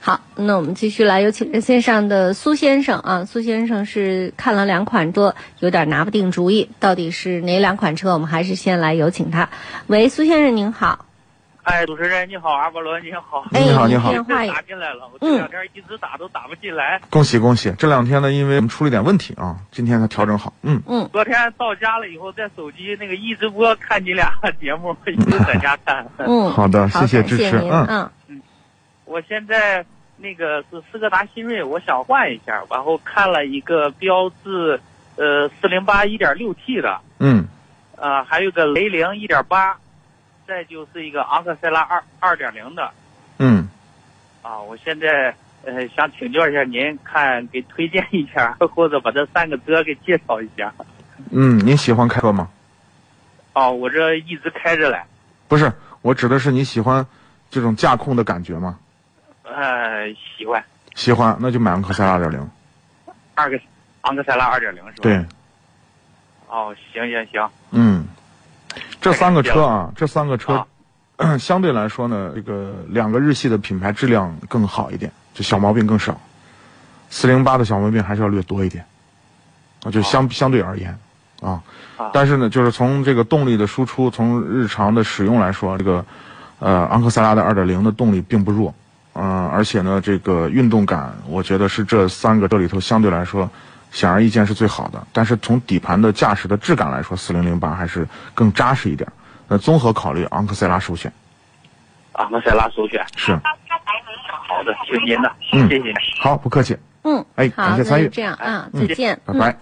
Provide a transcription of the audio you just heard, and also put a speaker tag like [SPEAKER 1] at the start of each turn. [SPEAKER 1] 好，那我们继续来有请热线上的苏先生啊，苏先生是看了两款多，有点拿不定主意，到底是哪两款车？我们还是先来有请他。喂，苏先生您好，
[SPEAKER 2] 哎，主持人你好，阿波罗你好，
[SPEAKER 1] 哎，
[SPEAKER 2] 你
[SPEAKER 1] 你
[SPEAKER 2] 好
[SPEAKER 1] 好
[SPEAKER 3] 你好
[SPEAKER 1] 电话也
[SPEAKER 2] 打进来了，我这两天一直打都打不进来，
[SPEAKER 3] 恭喜恭喜！这两天呢，因为我们出了一点问题啊，今天才调整好。嗯，
[SPEAKER 2] 昨天到家了以后，在手机那个一直播看你俩节目，一直在家看。
[SPEAKER 1] 嗯，
[SPEAKER 3] 好的，谢谢
[SPEAKER 1] 感
[SPEAKER 3] 支持。
[SPEAKER 1] 您，
[SPEAKER 3] 嗯，
[SPEAKER 1] 嗯
[SPEAKER 2] 我现在那个是斯柯达新锐，我想换一下，然后看了一个标致，呃，四零八一点六 T 的，
[SPEAKER 3] 嗯，
[SPEAKER 2] 呃，还有个雷凌一点八，再就是一个昂克赛拉二二点零的
[SPEAKER 3] 嗯，
[SPEAKER 2] 啊。我现在呃想请教一下您，看给推荐一下，或者把这三个车给介绍一下。
[SPEAKER 3] 嗯，您喜欢开车吗？
[SPEAKER 2] 啊，我这一直开着嘞，
[SPEAKER 3] 不是，我指的是你喜欢这种驾控的感觉吗？
[SPEAKER 2] 呃，喜欢
[SPEAKER 3] 喜欢，那就买昂克赛拉二点零。
[SPEAKER 2] 二个昂克赛拉二点零是吧？。
[SPEAKER 3] 对，
[SPEAKER 2] 哦，行行行，
[SPEAKER 3] 嗯，这三个
[SPEAKER 2] 太
[SPEAKER 3] 车
[SPEAKER 2] 感
[SPEAKER 3] 啊，这三个车、 相对来说呢，这个两个日系的品牌质量更好一点，就小毛病更少。四零八的小毛病还是要略多一点，啊，就相、相对而言，啊，
[SPEAKER 2] 啊
[SPEAKER 3] 但是呢，就是从这个动力的输出，从日常的使用来说，这个呃昂克赛拉的二点零的动力并不弱，嗯、而且呢，这个运动感，我觉得是这三个这里头相对来说显而易见是最好的。但是从底盘的驾驶的质感来说，四零零八还是更扎实一点。那综合考虑，昂克赛拉首选
[SPEAKER 2] 昂克赛拉首选。
[SPEAKER 3] 是。
[SPEAKER 2] 好的，听您的，
[SPEAKER 3] 嗯
[SPEAKER 2] 谢谢。
[SPEAKER 3] 好，不客气，
[SPEAKER 1] 嗯，
[SPEAKER 3] 哎
[SPEAKER 1] 好，
[SPEAKER 3] 感谢
[SPEAKER 1] 那
[SPEAKER 3] 参与
[SPEAKER 1] 就这样啊，
[SPEAKER 3] 嗯
[SPEAKER 1] 再见，
[SPEAKER 3] 拜拜。
[SPEAKER 1] 嗯